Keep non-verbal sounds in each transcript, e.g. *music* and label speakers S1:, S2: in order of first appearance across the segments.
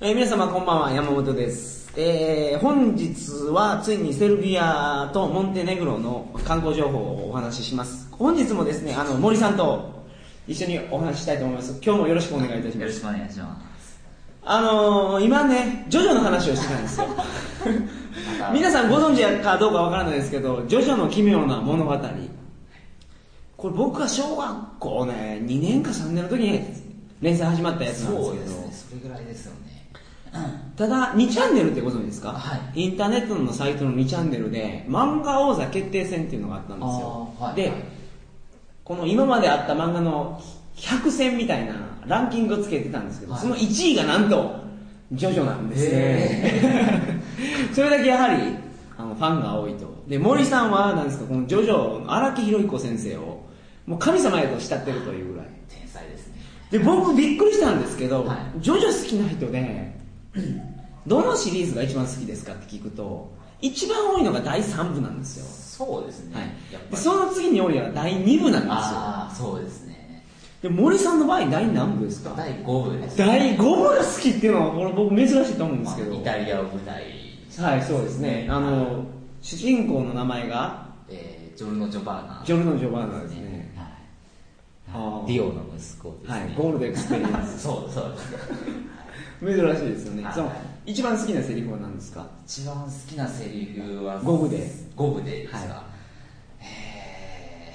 S1: えー皆様こんばんは、山本です。えー本日はついにセルビアとモンテネグロの観光情報をお話しします。本日もですね、あの、森さんと一緒にお話ししたいと思います。今日もよろしくお願いいたし
S2: よ
S1: ま
S2: ろし
S1: す。
S2: くお願いします。
S1: あのー今ね、ジョジョの話をしてたん
S2: *laughs*
S1: ですよ。皆さんご存知かどうかわからないですけど、ジョジョの奇妙な物語。これ僕が小学校ね、2年か3年の時に連載始まったやつなんです
S2: そう
S1: け
S2: で
S1: ど。
S2: すね、それぐらいですよね。
S1: ただ2チャンネルってご存知ですか、
S2: はい
S1: インターネットのサイトの2チャンネルで漫画王座決定戦っていうのがあったんですよ、
S2: あーはい
S1: でこの今まであった漫画の100選みたいなランキングをつけてたんですけど、
S2: はい
S1: その1位がなんとジョジョなんですね *laughs* それだけやはりあのファンが多いとで森さんはなんですかこのジョジョの荒木宏彦先生をもう神様やと慕ってるというぐらい
S2: 天才ですね。
S1: で僕びっくりしたんですけど、
S2: は
S1: ジョジョ好きな人で *clears throat* どのシリーズが一番好きですかって聞くと一番多いのが第3部なんですよ、
S2: そうですね。
S1: はい
S2: やっ、
S1: で
S2: ぱり。
S1: その次に多いのが第2部なん
S2: ああ、そうですね。
S1: ですよで森さんの場合第何部ですか
S2: 第5部です、
S1: 第5部が好きっていうのはこれ僕珍しいと思うんですけど、
S2: まあイタリアを舞台
S1: はいそうですねあの主人公の名前が
S2: えー、ジョルノ・ジョバーナ。
S1: ジ
S2: ョ
S1: ョルノ・ジョバーナですねあ
S2: は
S1: ー
S2: い。ディオの息子です
S1: は
S2: ね。
S1: いゴールドエクスペリエンス
S2: そうそうですね。
S1: 珍しいですよね、
S2: はい
S1: その一番好きなセリフは何ですか
S2: 一番好きなセリフは、
S1: 五部で
S2: 5部でですが、
S1: は
S2: え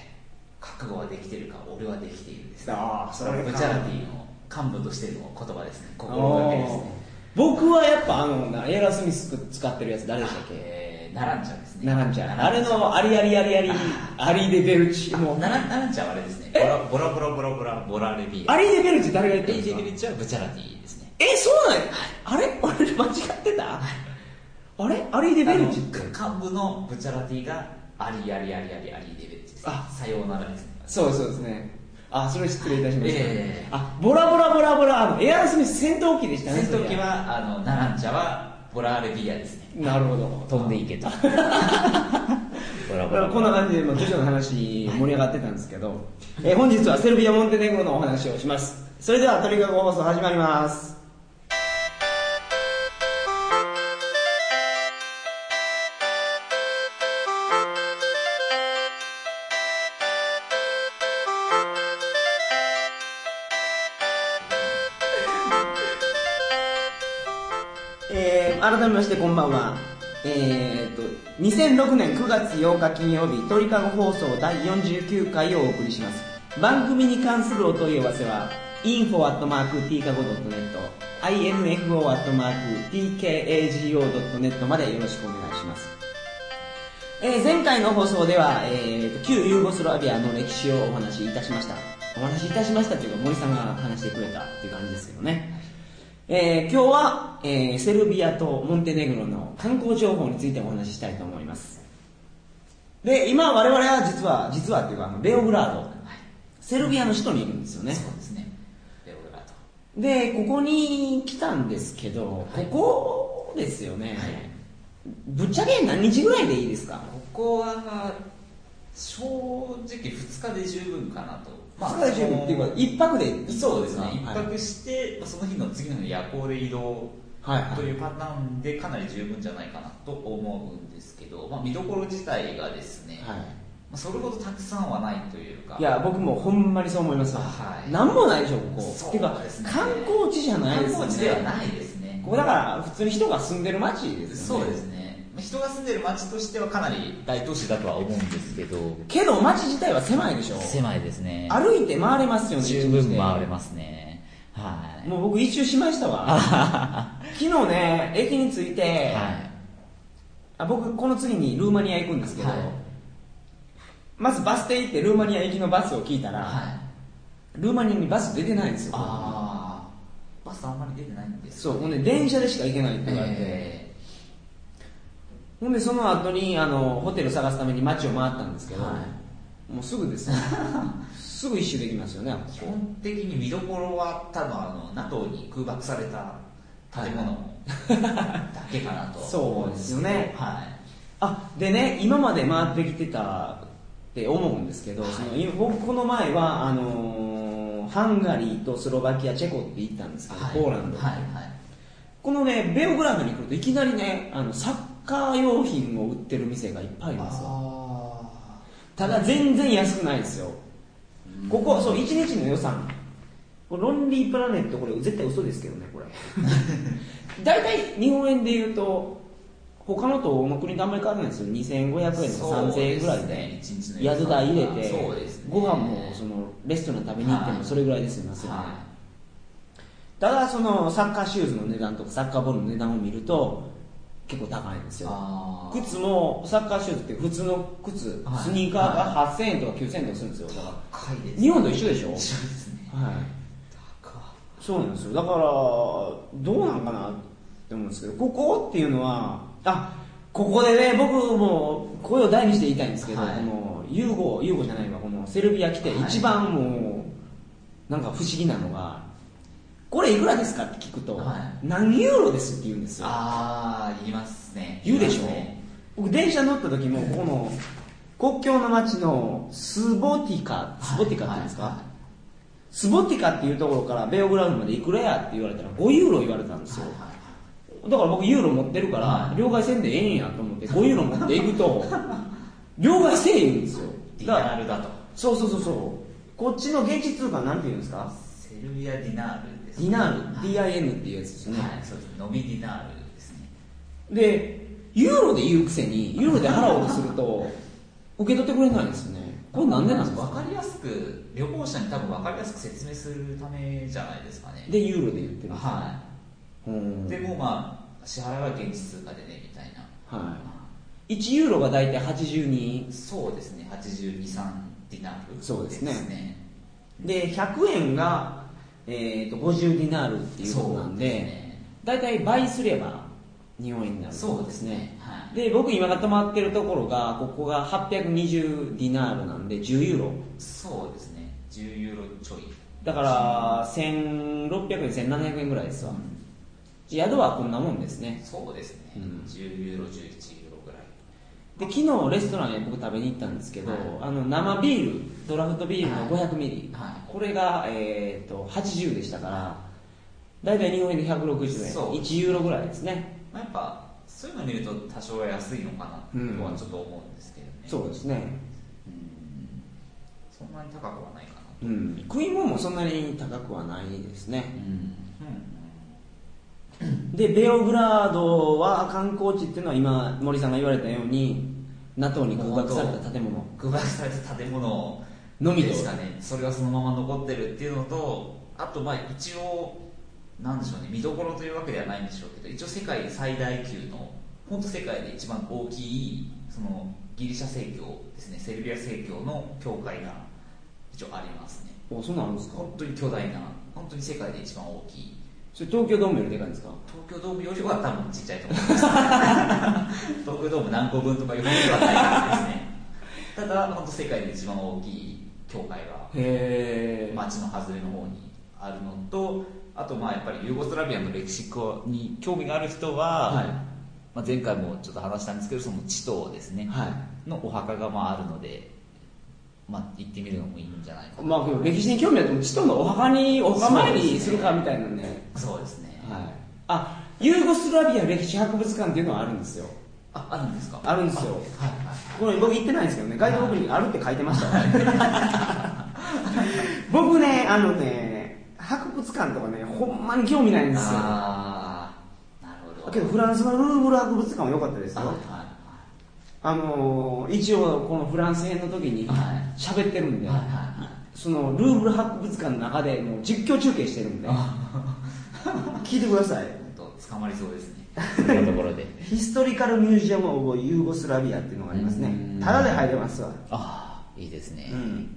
S2: ー、覚悟はできてるか、俺はできているです。
S1: あーそれか
S2: ブチャラティの幹部としての言葉ですね。心がけですね。
S1: 僕はやっぱあのなエアラスミス使ってるやつ誰でしたっけ
S2: えー、ナランチャですね。
S1: ナランちゃんあれ
S2: ナラン
S1: のアリアリアリアリアリデベルチ
S2: チャ
S1: もう
S2: ナランナランチャはあれですね。ボラボラボラボラボラボラレビ
S1: ア
S2: れ
S1: リデベルチ誰が
S2: エ
S1: 言ったん
S2: イ
S1: で
S2: ジ
S1: す
S2: ェ
S1: か
S2: リビッチはブチャラティですね。
S1: えそうなんやあれ俺間違ってたあれアリデベルチって
S2: あのか幹部のブチャラティがアリアリアリアリアリデベルチです。
S1: あ
S2: さようならですね。
S1: そうですそうですねあそれ失礼いたしました、
S2: ええ
S1: あボラボラボラボラあのエアラスミス戦闘機でしたね
S2: 戦闘機
S1: それ
S2: は、あの、ナランチャはボラレビアですね。
S1: なるほど
S2: 飛んでいけと。ボラ
S1: だからこんな感じで、まあ、ジョジョの話盛り上がってたんですけど、えー本日はセルビア・モンテネグロのお話をしますそれではトリガゴ放送始まりますえー改めましてこんばんはえー、と2006年9月8日金曜日鳥かご放送第49回をお送りします番組に関するお問い合わせは info.tkago.net info.tkago.net までよろしくお願いしますえー前回の放送では、えーと旧ユーゴスラビアの歴史をお話しいたしましたお話しいたしましたというか森さんが話してくれたっていう感じですけどね、えー今日は、えーセルビアとモンテネグロの観光情報についてお話ししたいと思いますで今我々は実は実はっていうかあのベオグラード、セルビアの首都にいるんですよね
S2: そうですね。ベオグラード。
S1: でここに来たんですけど、
S2: はい
S1: ここですよね、
S2: はい
S1: ぶっちゃけ何日ぐらいでいいですか
S2: ここは正直2日で十分かなと、
S1: まあ、十分っていうか、一泊で
S2: そのそうですね、一
S1: はい
S2: 泊して、その日の次の日の夜行で移動
S1: はいはい
S2: というパターンでかなり十分じゃないかなと思うんですけど、まあ、見どころ自体がですね、ま
S1: は
S2: あそれほどたくさんはないというか、
S1: い。いや、僕もほんまにそう思いますわ。
S2: はい
S1: なんもないでしょ、ここ。
S2: そう
S1: てか
S2: です、ね
S1: 観光地じゃない
S2: 観
S1: ですよね。
S2: 光地ではないですね。
S1: ここだから、普通に人が住んでる街ですよ
S2: そ
S1: ね。
S2: うですねまあ人が住んでる街としてはかなり大都市だとは思うんですけど
S1: けど、街自体は狭いでしょ。
S2: 狭いですね
S1: 歩いて回れますよね、
S2: 十分回
S1: ま
S2: れますねはい
S1: もう僕一周しましたわ。昨日ね、駅に着いて、
S2: は
S1: あ僕、この次にルーマニア行くんですけど、
S2: はい
S1: まずバス停行ってルーマニア行きのバスを聞いた
S2: い
S1: ら、
S2: はい
S1: ルーマニアにバス出てないんですよ。
S2: ああバスあんまり出てないんです
S1: そう、ほんで電車でしか行けないって言われて、
S2: え
S1: ほんでその後にあのホテル探すために街を回ったんですけど、
S2: は
S1: もうすぐ
S2: *laughs*
S1: ですよすぐ一周できますよねあ
S2: ー基本的に見どころは多分あの NATO に空爆された建物だけかなと
S1: そうですよね
S2: は
S1: あでね今まで回ってきてたって思うんですけど、その今僕この前はあのーハンガリーとスロバキアチェコって行ったんです
S2: い
S1: けど、ポーランド、
S2: はいはい
S1: このねベオグラードに来るといきなりねあのサッカー用品を売ってる店がいっぱいありますよ
S2: あ
S1: ただ全然安くないですよ
S2: うん
S1: ここそう1日の予算これロンリープラネットこれ絶対嘘ですけどねこ
S2: *laughs*
S1: れ大体日本円で言うと他のとの国とあんまり変わらないですよ2500円とか3000円ぐらい
S2: そう
S1: で
S2: ですね一日の予
S1: 宿
S2: 算
S1: 代入れて
S2: そうですね
S1: ご飯もそのレストラン食べに行って
S2: は
S1: も
S2: い
S1: それぐらいで済みますよね、
S2: は
S1: ただそのサッカーシューズの値段とかサッカーボールの値段を見ると結構高いんです
S2: い
S1: よ
S2: あー
S1: 靴もサッカーシューズって普通の靴、
S2: はい
S1: スニーカーが8000円とか9000円とかするんですよだか
S2: 高いです
S1: ら日本と一緒でしょ
S2: 一緒ですね
S1: はい
S2: 高
S1: そうなんですよだからどうなんかなって思うんですけどここっていうのはあここでね僕もう声を大にして言いたいんですけど、
S2: はい
S1: このユーゴユーゴじゃないわこのセルビア来て
S2: はい
S1: 一番もうなんか不思議なのがこれいくらですかって聞くと、
S2: は
S1: 何ユーロですって言うんですよ
S2: ああいますね
S1: 言うでし
S2: い
S1: ょ、
S2: ますね
S1: 僕電車乗った時もこの国境の町のスボティカスボティカって言うんですか、
S2: はいはい
S1: スボティカっていうところからベオグラードまでいくらやって言われたら5ユーロ言われたんですよ
S2: はいはい
S1: だから僕ユーロ持ってるから、
S2: はい
S1: 両替せんでええんやと思
S2: *laughs*
S1: って5ユーロ持っていくと両替せえ言うんですよ
S2: ディ
S1: だか
S2: ナ
S1: ら
S2: ールだと
S1: そうそうそうそうこっちの現地通貨なんて言うんですか
S2: セルビアディナールです
S1: ディナール
S2: はい
S1: DIN っていうやつですね、
S2: はいそうです伸びディナールですね
S1: でユーロで言うくせにユーロで払おうとすると受け取ってくれないんですよねこれなんでなんです
S2: 分か
S1: か
S2: りやすく旅行者に多分分かりやすく説明するためじゃないですかね
S1: でユーロで言ってる
S2: は
S1: うん
S2: いでもまあ支払いは現実通貨でねみたいな
S1: は1ユーロが大体82
S2: そうですね823ディナール
S1: そうですねで100円が、えー、と50ディナールっていうことなんで
S2: そうですね
S1: 大体倍すれば日本円になる
S2: そうですねはい
S1: で僕今が泊まってるところがここが820ディナールなんで10ユーロ
S2: そうですね10ユーロちょい
S1: だから1600円1700円ぐらいですわ、宿はこんなもんですね
S2: そうですね、
S1: うん
S2: 10ユーロ11ユーロぐらい
S1: で昨日レストランへ僕食べに行ったんですけど、
S2: はい
S1: あの生ビールドラフトビールの500ミリ、
S2: はい
S1: これが、えー、と80でしたから大体日本円で160円
S2: そう
S1: 1ユーロぐらいですね
S2: まあ、やっぱそういうの見ると多少は安いのかなとはちょっと思うんですけどね、
S1: そうですね、
S2: うんそんなに高くはないかな
S1: うん、食い物もそんなに高くはないです
S2: う
S1: ね
S2: ん、
S1: でベオグラードは観光地っていうのは今森さんが言われたように NATO に空爆された建物
S2: 空爆された建物
S1: のみと
S2: ですかねそれがそのまま残ってるっていうのとあとまあ一応なんでしょうね見どころというわけではないんでしょうけど一応世界最大級の本当世界で一番大きいそのギリシャ正教ですねセルビア正教の教会が一応ありますね
S1: おそうなんですか
S2: 本当に巨大な本当に世界で一番大きい
S1: それ東京ドームよりでかいんですか
S2: 東京ドームよりは多分ちっちゃいと思います *laughs* 東京ドーム何個分とかいうほどではないですねただ本当世界で一番大きい教会が
S1: へえ、
S2: 街の外れの方にあるのとあとまあやっぱりユーゴスラビアの歴史に興味がある人は、
S1: はい
S2: まあ、前回もちょっと話したんですけどその地頭ですね、
S1: はい
S2: のお墓がまああるので、まあ、行ってみるのもいいんじゃないかな、
S1: まあ、歴史に興味あっても、首都のお墓にお墓参りするかみたいなね。
S2: そうですね、
S1: はい。あ、ユーゴスラビア歴史博物館っていうのはあるんですよ。
S2: ああるんですか
S1: あるんですよ
S2: あはいはい
S1: これ僕行ってないんですけどね、ガイドブックにあるって書いて *laughs* ましたからね僕ね、あのね、博物館とかね、ほんまに興味ないんですよ。
S2: ああなるほど
S1: けどフランスのルーブル博物館は良かったです
S2: はいは
S1: よ。あのー一応このフランス編の時に
S2: はい
S1: 喋ってるん
S2: い
S1: で、
S2: はいはいはい
S1: そのルーブル博物館の中でもう実況中継してるんで、聞いてください。
S2: 本当捕まりそうですねこのところで
S1: ヒストリカルミュージアム・オブ・ユーゴスラビアっていうのがありますね
S2: うん
S1: ただで入れますわ
S2: *laughs* ああいいですね、
S1: う
S2: *laughs*
S1: ん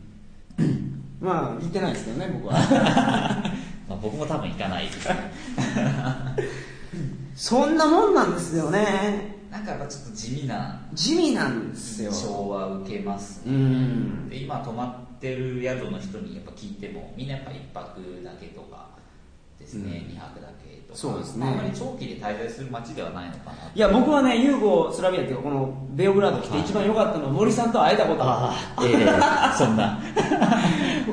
S1: まあ行ってないですけどね僕は
S2: まあ、僕も多分行かないですね
S1: そんなもんなんですよね
S2: なんかやっぱちょっと地味な
S1: 地味なんです
S2: 印
S1: よ
S2: 象は受けます
S1: う
S2: ね、
S1: ん
S2: で今泊まってる宿の人にやっぱ聞いてもみんなやっぱ一泊だけとかですね、
S1: うん
S2: 二泊だけとか
S1: そうですね
S2: まああまり長期で滞在する街ではないのかない
S1: や僕はねユーゴスラビアっていうかこのベオグラード来て
S2: はい
S1: 一番良かったのは森さんと会えたこと
S2: あ *laughs* あええそんな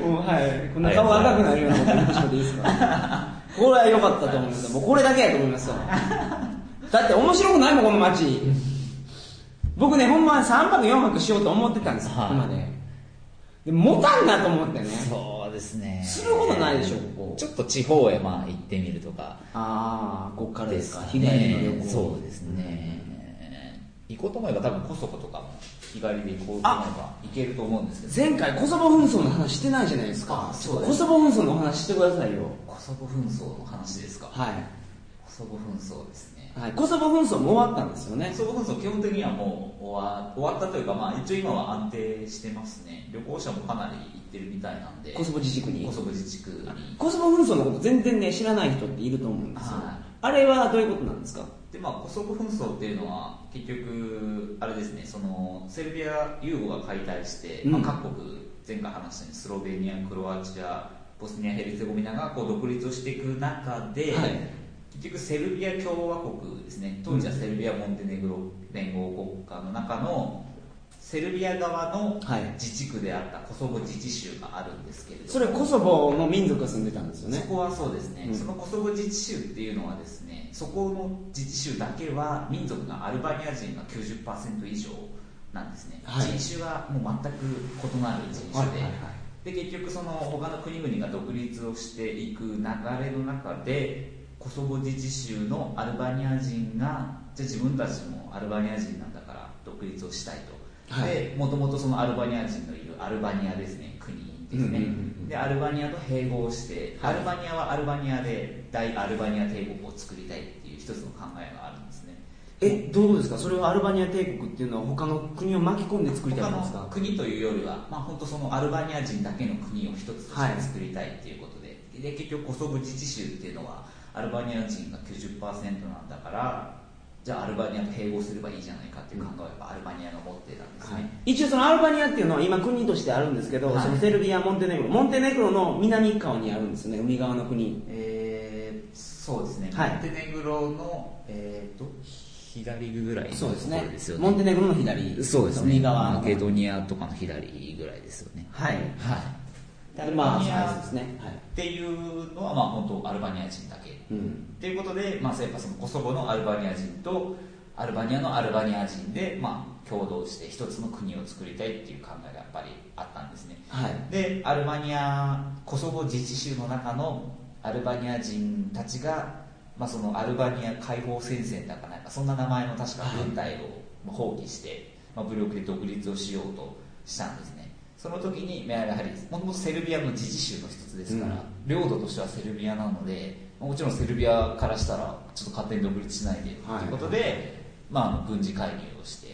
S1: もうはいこんな顔が赤くなるようなこと言ってしまっていいですかこれは良かったと思いますもうこれだけやと思いますよだって面白くないもんこの街僕ねほんま3泊4泊しようと思ってたんですこ
S2: はい
S1: こまでで持たんなと思ってね
S2: そうですね
S1: することないでしょここ
S2: ちょっと地方へまあ行ってみるとか
S1: ああこっから
S2: で
S1: ですす
S2: か
S1: か
S2: ね
S1: 日帰りの旅行
S2: そうですね行こうと思えば多分コソコとかも日帰りで行こうと思えば行けると思うんですけど
S1: 前回コソボ紛争の話してないじゃないですか
S2: あそうだ
S1: コソボ紛争の話してくださいよ
S2: コソボ紛争の話ですか
S1: はい、
S2: コソボ紛争ですね
S1: はい、コソボ紛争も終わったんですよね
S2: コソボ紛争基本的にはもう終わ終わったというかまあ一応今は安定してますね旅行者もかなり行ってるみたいなんで
S1: コソボ自治区に
S2: コソボ自治区に
S1: コソボ紛争のこと全然ね知らない人っていると思うんですよ、
S2: はい
S1: あれはどういうことなんですか
S2: でまあコソボ紛争っていうのは結局あれですねそのセルビアユーゴが解体して、
S1: うん
S2: まあ、各国前回話したようにスロベニアクロアチアボスニアヘルツェゴビナがこう独立をしていく中で、
S1: はい
S2: 結局セルビア共和国ですね当時はセルビア・モンテネグロ連合国家の中のセルビア側の
S1: はい
S2: 自治区であったコソボ自治州があるんですけれども
S1: それコソボの民族が住んでたんですよね
S2: そこはそうですね、
S1: うん
S2: そのコソボ自治州っていうのはですねそこの自治州だけは民族がアルバニア人が90%以上なんですね、
S1: はい
S2: 人種がもう全く異なる人種で、
S1: はいはいはい
S2: で結局その他の国々が独立をしていく流れの中でコソボ自治州のアルバニア人がじゃあ自分たちもアルバニア人なんだから独立をしたいと、
S1: はい
S2: でもともとそのアルバニア人のいるアルバニアですね国ですね、
S1: うんうんうん
S2: でアルバニアと併合して、
S1: はい
S2: アルバニアはアルバニアで大アルバニア帝国を作りたいっていう一つの考えがあるんですね
S1: えどうですかそれはアルバニア帝国っていうのは他の国を巻き込んで作りた
S2: 他
S1: いんですか
S2: の国というよりは、まあ、本当そのアルバニア人だけの国を一つとして作りたいっていうことで,、で結局コソブ自治州っていうのはアルバニア人が90%なんだからじゃあアルバニアと併合すればいいじゃないかっていう考えをやっぱアルバニアが持ってたんですね、
S1: はい一応そのアルバニアっていうのは今国としてあるんですけど、
S2: はい
S1: そのセルビアモンテネグロモンテネグロの南側にあるんですよね海側の国
S2: えーそうですね、
S1: はい
S2: モンテネグロの、えー、と左ぐらいの
S1: そうです
S2: とこ
S1: ね
S2: ろですよ
S1: モンテネグロの左
S2: そうですね
S1: 海側
S2: マケドニアとかの左ぐらいですよね
S1: はい
S2: はい
S1: でまあ
S2: アルバニア
S1: そうですねはい
S2: っていうのはまあ本当アルバニア人だけ
S1: うん
S2: っていうことで、まあ、やっぱそのコソボのアルバニア人とアルバニアのアルバニア人で、まあ、共同して一つの国を作りたいっていう考えがやっぱりあったんですね
S1: はい
S2: でアルバニアコソボ自治州の中のアルバニア人たちが、まあ、そのアルバニア解放戦線だかなんかそんな名前の確か
S1: はい
S2: 軍隊を放棄して、まあ、武力で独立をしようとしたんですねその時にまあやはりもともとセルビアの自治州の一つですから、
S1: うん
S2: 領土としてはセルビアなのでまあもちろんセルビアからしたらちょっと勝手に独立しないでと
S1: はい
S2: いうことで、まあ、軍事介入をして
S1: っ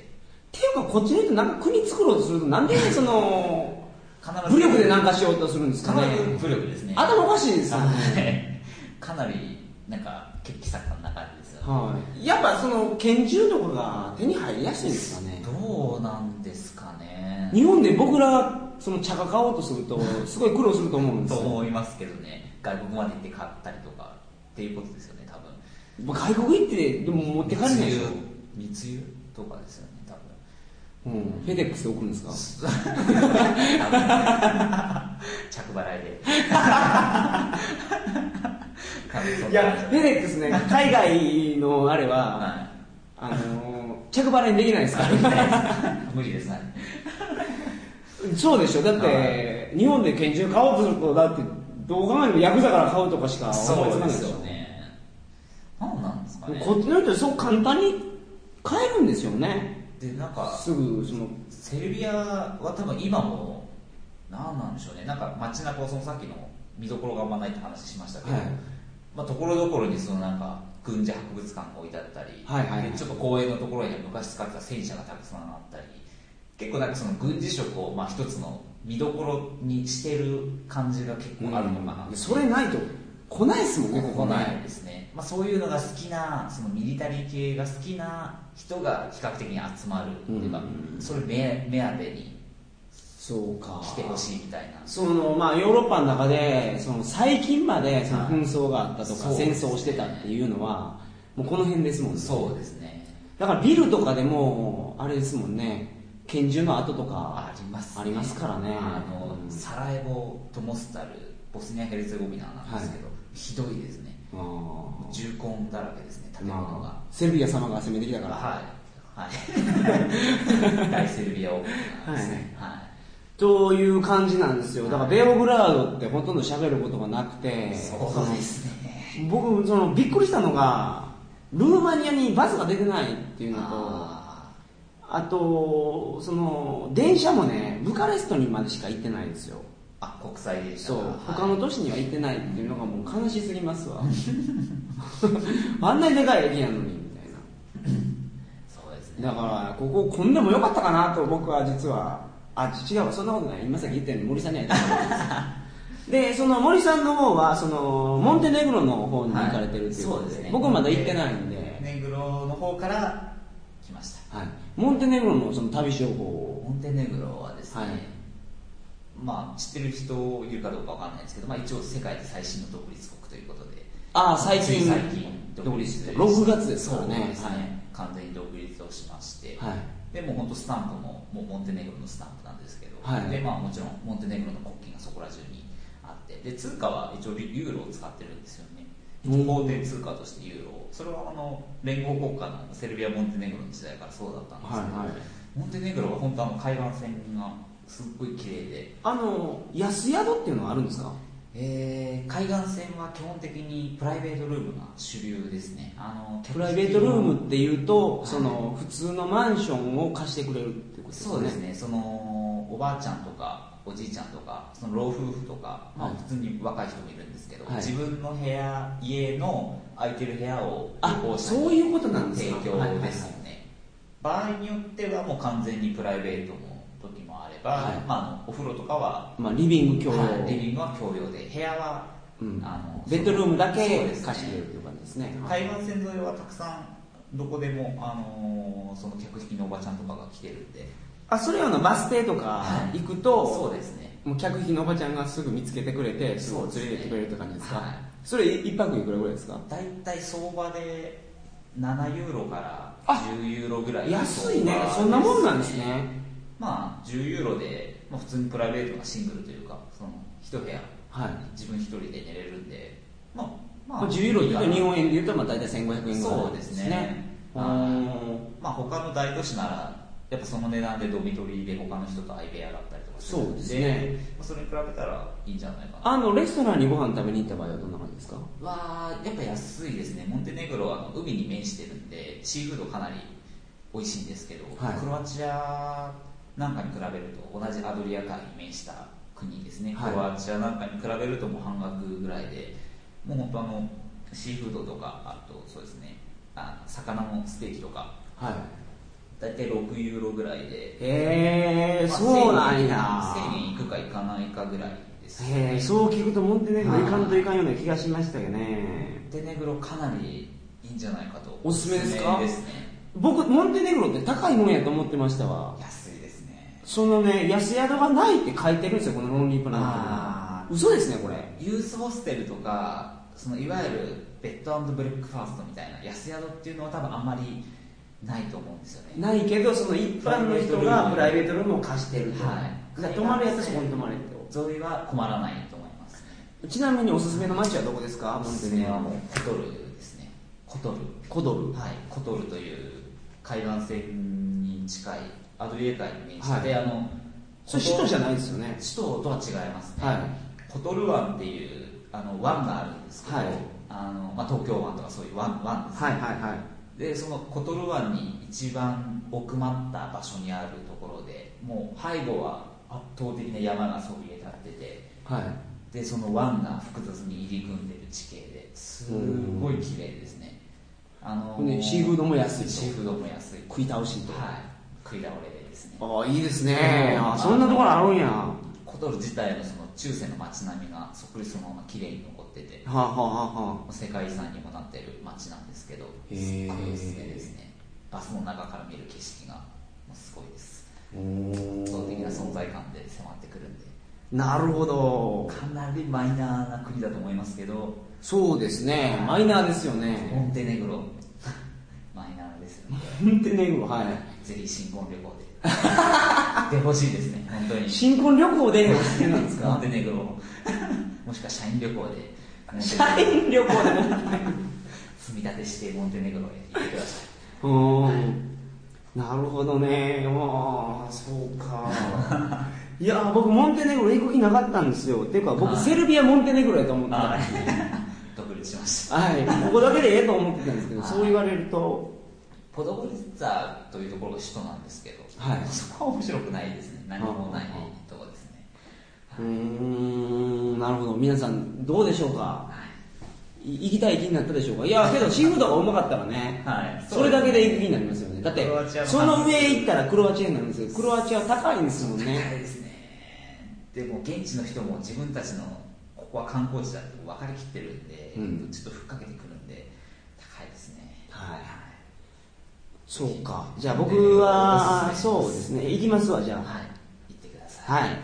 S1: ていうかこっちの人なんか国作ろうとするとなんでそ *laughs* の
S2: 必ず
S1: 武力でなんかしようとするんです
S2: 必
S1: かね
S2: ず武力ですね
S1: 頭おかしいですよね
S2: はいかなりなんか血気盛んな感じですよね
S1: はいやっぱその拳銃とかが手に入りやすいんですかね
S2: どうなんですかね
S1: 日本で僕らその茶が買おうとするとすごい苦労すると思うんです
S2: と
S1: よ
S2: 思いますけどね外国まで行って買ったりとかっていうことですよね多分
S1: 外国行ってでも持って帰れないでしょ、
S2: 密輸密輸とかですよね多分
S1: うん、フェデックスで送るんですか
S2: 着払いで多分そんない
S1: やフェデックスね海外のあれは、
S2: は
S1: あのー着払いできないですから
S2: い無理ですね
S1: そうでしょだって、
S2: は
S1: 日本で拳銃買おうとするとだってどう考えてもヤクザから買うとかしか思いつ
S2: そう
S1: かない
S2: で
S1: でし
S2: すよ
S1: ょ
S2: ね何なんですかね
S1: こっちの人そう簡単に買えるんですよね
S2: でなんか
S1: すぐその
S2: セルビアは多分今も何なんでしょうねなんか街中をそのさっきの見どころがあんまないって話しましたけど、
S1: はい
S2: まあ、ところどころにそのなんか軍事博物館が置いてあったり、
S1: はいはいはい
S2: でちょっと公園のところには昔使ってた戦車がたくさんあったり結構なんかその軍事色をまあ一つの見どころにしてる感じが結構あるのかな、
S1: うんそれないと来ないですもんねここね
S2: ないですね、まあ、そういうのが好きなそのミリタリー系が好きな人が比較的に集まるっていうか、
S1: うん
S2: それ目目当てに
S1: そうか
S2: 来てほしいみたいな
S1: そのまあヨーロッパの中でその最近までその
S2: はい
S1: 紛争があったとか、
S2: そう
S1: 戦
S2: ですね
S1: 争をしてたっていうのはもうこの辺ですもんね
S2: そうですね
S1: だからビルとかでもあれですもんね拳銃の跡とか
S2: あります、
S1: ありますからね
S2: あの、
S1: うん
S2: サラエボとモスタルボスニア・ヘルツェゴビナなんですけど、ひどいですね
S1: あー
S2: 重婚だらけですね建物が
S1: まあ、セルビア様が攻めてきたから、
S2: はいは
S1: *laughs*
S2: い大セルビア王国なんですねは
S1: という感じなんですよだからベオグラードってほとんど喋ることがなくて
S2: いそうですね
S1: その僕そのびっくりしたのがルーマニアにバスが出てないっていうのとあ
S2: あ
S1: とその電車もねブカレストにまでしか行ってないんですよ
S2: ーあ国際電車
S1: そう
S2: が
S1: 他の
S2: はい
S1: 都市には行ってないっていうのがもう悲しすぎます *laughs* わあんなにでかい駅やのにみたいな
S2: そうですね
S1: だからこここんでもよかったかなと僕は実はあ違うわそんなことない今さっき言ったように森さんには言ったことない *laughs* ですでその森さんの方はそのモンテネグロの方に行かれてるっていうこ
S2: は
S1: と
S2: い
S1: で,、
S2: そうですね
S1: 僕まだ行ってないんで、
S2: ネグロの方から来ました
S1: はい、モンテネグロのその旅情報を
S2: モンテネグロはですね、
S1: はい
S2: まあ知ってる人いるかどうかわかんないですけど、まあ、一応世界で最新の独立国ということで
S1: ああ最近
S2: 最近独立して
S1: 6月ですからね
S2: そうですね完全に独立をしまして、
S1: はい
S2: でもう本当スタンプももうモンテネグロのスタンプなんですけど、
S1: はい
S2: でまあ、もちろんモンテネグロの国旗がそこら中にあってで通貨は一応リユーロを使ってるんですよね
S1: うん
S2: 法定通貨としてユーロをそれはあの連合国家のセルビア・モンテネグロの時代からそうだったんですけど、
S1: はいはい
S2: モンテネグロは本当あの海岸線がすっごい綺麗で、
S1: あの安宿っていうのはあるんですか
S2: えー海岸線は基本的にプライベートルームが主流ですねあの
S1: プライベートルームっていうと
S2: はい
S1: その普通のマンションを貸してくれるってことですね
S2: そうですねそのおばあちゃんとかおじいちゃんとかその老夫婦とか、ま
S1: は
S2: あ、
S1: い
S2: 普通に若い人もいるんですけど、
S1: はい
S2: 自分の部屋家の空いてる部屋を
S1: あ
S2: 旅行者に
S1: そういうことなんです
S2: 提
S1: か
S2: 供ですよね、場合によってはもう完全にプライベートの時もあれば、
S1: はい
S2: まああの、お風呂とかは
S1: まあ、リビング共用、
S2: はいリビングは共用で部屋は、
S1: うん
S2: あの
S1: ベッドルームだけ
S2: そうですね
S1: 貸してくれるという感じですね
S2: 海岸線沿いはたくさんどこでも、あのーその客引きのおばちゃんとかが来てるんで
S1: あそれはあのバス停とか
S2: はい
S1: 行くと、
S2: そうですね
S1: もう客引きのおばちゃんがすぐ見つけてくれてすぐ連れてってくれるって感じですか
S2: はい
S1: それ一泊いくらぐらいですか
S2: 大体相場で7ユーロから
S1: あ
S2: 10ユーロぐらい
S1: 安いねそんなもんなんですね
S2: まあ10ユーロで、まあ、普通にプライベートなシングルというかその一部屋
S1: はい、
S2: 自分一人で寝れるんでまあ
S1: まあ、10ユーロって言うと日本円で言うとまあ大体1500円ぐらいなん
S2: そうですね
S1: うーん
S2: まあ他の大都市ならやっぱその値段でドミトリーで他の人と相部屋だったりとかするん
S1: そうですね
S2: まあそれに比べたらいいんじゃないかな
S1: あのレストランにご飯食べに行った場合はどんな感じですか
S2: はやっぱ安いですねモンテネグロはあの海に面してるんでシーフードかなり美味しいんですけど、
S1: はい
S2: クロアチアなんかに比べると同じアドリア海に面した国ですね、
S1: はい
S2: クロアチアなんかに比べるともう半額ぐらいでもう本当あのシーフードとかあとそうですねあ魚のステーキとか
S1: はい
S2: 大体6ユーロぐらいで
S1: へえ
S2: まあ
S1: そうなんや
S2: 1000円いくかいかないかぐらいです
S1: へえそう聞くとモンテネグロ行かんといかんような気がしましたよね
S2: モンテネグロかなりいいんじゃないかと
S1: おすすめですか
S2: おすすめですね
S1: 僕モンテネグロって高いもんやと思ってましたわ
S2: 安いですね
S1: そのね安宿がないって書いてるんですよこのロンリープラネッ
S2: あ
S1: トに
S2: ー
S1: 嘘ですねこれ
S2: ユースホステルとかそのいわゆるベッドブレックファーストみたいな安宿っていうのは多分あんまりないと思うんですよね
S1: ないけどその一般の人がプライベートルームを貸してると、
S2: はい
S1: だから泊まるやつはそこに泊まれってこ
S2: ゾイは困らないと思いますね
S1: とちなみにおすすめの街はどこですかモンテネグロ
S2: もう
S1: の
S2: コトルですねコトル
S1: コドル
S2: はい、コトルという海岸線に近いアドリエ海に面して、
S1: はい
S2: あの
S1: それ首都じゃないですよね
S2: 首都とは違いますね、
S1: は
S2: コトル湾っていうあの湾があるんですけど、
S1: はい
S2: あのまあ、東京湾とかそういう湾湾ですね、
S1: はいはいはい
S2: でそのコトル湾に一番奥まった場所にあるところでもう背後は圧倒的な山がそびえ立ってて
S1: はい
S2: でその湾が複雑に入り組んでる地形ですごい綺麗ですねあの
S1: ねシーフードも安いと
S2: シーフードも安い
S1: 食い倒しと
S2: はい食い倒れですね
S1: ああいいですね
S2: うん
S1: あそんなところあるんやは
S2: コトル自体のその中世の街並みがそっくりそのまま綺麗に残ってて
S1: あはあはあは
S2: 世界遺産にもなってる街なんですけど
S1: へ
S2: すっ
S1: ー
S2: ごいおすすめですねバスの中から見る景色がもうすごいです
S1: あお
S2: 圧倒的な
S1: ー
S2: 存在感で迫ってくるんで
S1: なるほど
S2: かなりマイナーな国だと思いますけど
S1: そうですねマイナーですよね
S2: モンテネグロ *laughs* マイナーですよね
S1: モンテネグロはい
S2: ぜひ新婚旅行
S1: *laughs*
S2: ででほしいですね本当に
S1: 新婚旅行でおすすめなんです
S2: モン *laughs*
S1: か
S2: テネグロももしくは社員旅行でモンテネグロ
S1: 社員旅行でも
S2: *laughs* 積み立てしてモンテネグロへ行ってください
S1: うんなるほどねああそうかいやー僕モンテネグロ行く気なかったんですよっていうか僕
S2: はい
S1: セルビアモンテネグロやと思ってた
S2: あ
S1: は
S2: ー *laughs* 独立しました
S1: いここだけでええと思ってたんですけど
S2: はい
S1: そう言われると
S2: ポドゴリッツァというところが首都なんですけど、
S1: はい
S2: そこは面白くないですね何もない
S1: あ
S2: とこですね
S1: うーんなるほど皆さんどうでしょうかい行きたい気になったでしょうかいやけどシーフードがうまかったらね
S2: はい
S1: それだけで行く気になりますよねだって
S2: クロアチアの
S1: その上行ったらクロアチアになるんですよクロアチアは高いんですもん
S2: 高い
S1: ね
S2: ですねでも現地の人も自分たちのここは観光地だって分かりきってるんで、
S1: うん
S2: ちょっとふっかけてくるんで高いですね
S1: はい
S2: い
S1: そうかじゃあ僕は
S2: おすすめ
S1: そうですね行きますわじゃあ
S2: はい行ってください
S1: はい。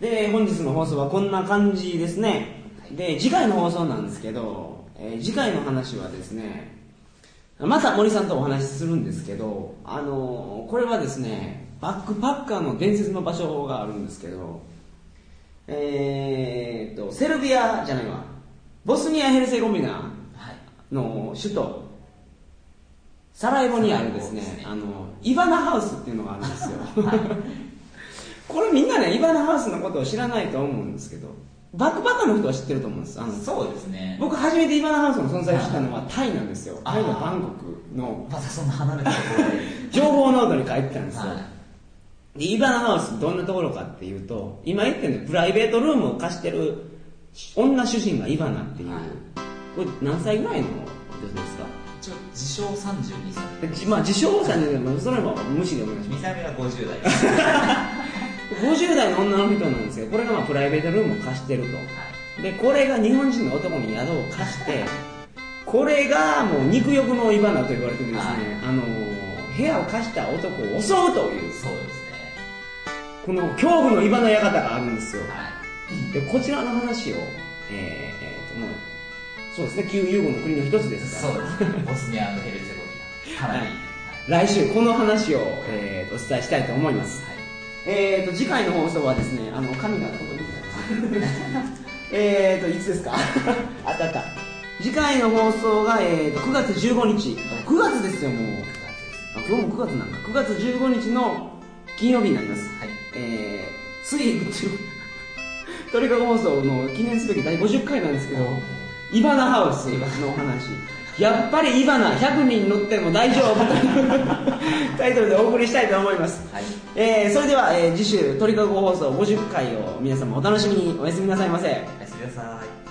S1: で、本日の放送はこんな感じですね。で、次回の放送なんですけど、えー次回の話はですね、また森さんとお話しするんですけど、あのーこれはですね、バックパッカーの伝説の場所があるんですけど、えーっと、セルビアじゃないわ、ボスニア・ヘルツェゴビナ
S2: はい
S1: の首都、サラエボにあるですね、
S2: サラエボですね
S1: あの、イバナハウスっていうのがあるんですよ。 *laughs* これみんなね、イバナハウスのことを知らないと思うんですけど、バックパッカーの人は知ってると思うんです。あの
S2: そうですね
S1: 僕初めてイバナハウスの存在を知ったのはタイなんですよ。
S2: あー
S1: タイのバンコクの
S2: またそんな離れたところで
S1: 情報ノードに書いて *laughs* たんですよ。
S2: は
S1: で、イバナハウスどんなところかっていうと、今言ってるのプライベートルームを貸してる女主人がイバナっていう、
S2: はい
S1: これ何歳ぐらいの女性ですか
S2: い一応自称32歳
S1: でじまあ、自称者でも、それも無視でお願いします。
S2: 見た目は50代
S1: 50代の女の人なんですよ。これがまあプライベートルームを貸してると。でこれが日本人の男に宿を貸してこれがもう肉欲のイバナと言われてるですね、
S2: はい
S1: あのー部屋を貸した男を襲うという
S2: そうですね
S1: この恐怖のイバナ館があるんですよ
S2: はい
S1: でこちらの話をえーえーともうそうですね旧ユーゴの国の一つですか
S2: そう
S1: ら
S2: ですねボスニアのヘルツェゴビナかなり
S1: はい来週この話を、えーお伝えしたいと思います
S2: はい
S1: えーと次回の放送はですねあの神がここにいます *laughs* えーといつですかあったあった次回の放送が、えー、と9月15日9月ですよもう
S2: 九月です
S1: あ今日も9月なんか9月15日の金曜日になります
S2: はい
S1: えー、つい *laughs* 鳥かご放送の記念すべき第50回なんですけどイバナハウスのお話やっぱりイバナ100人乗っても大丈夫という *laughs* タイトルでお送りしたいと思います
S2: はい
S1: えーそれでは、えー次週鳥かご放送50回を皆様お楽しみにおやすみなさいませ
S2: おやすみなさい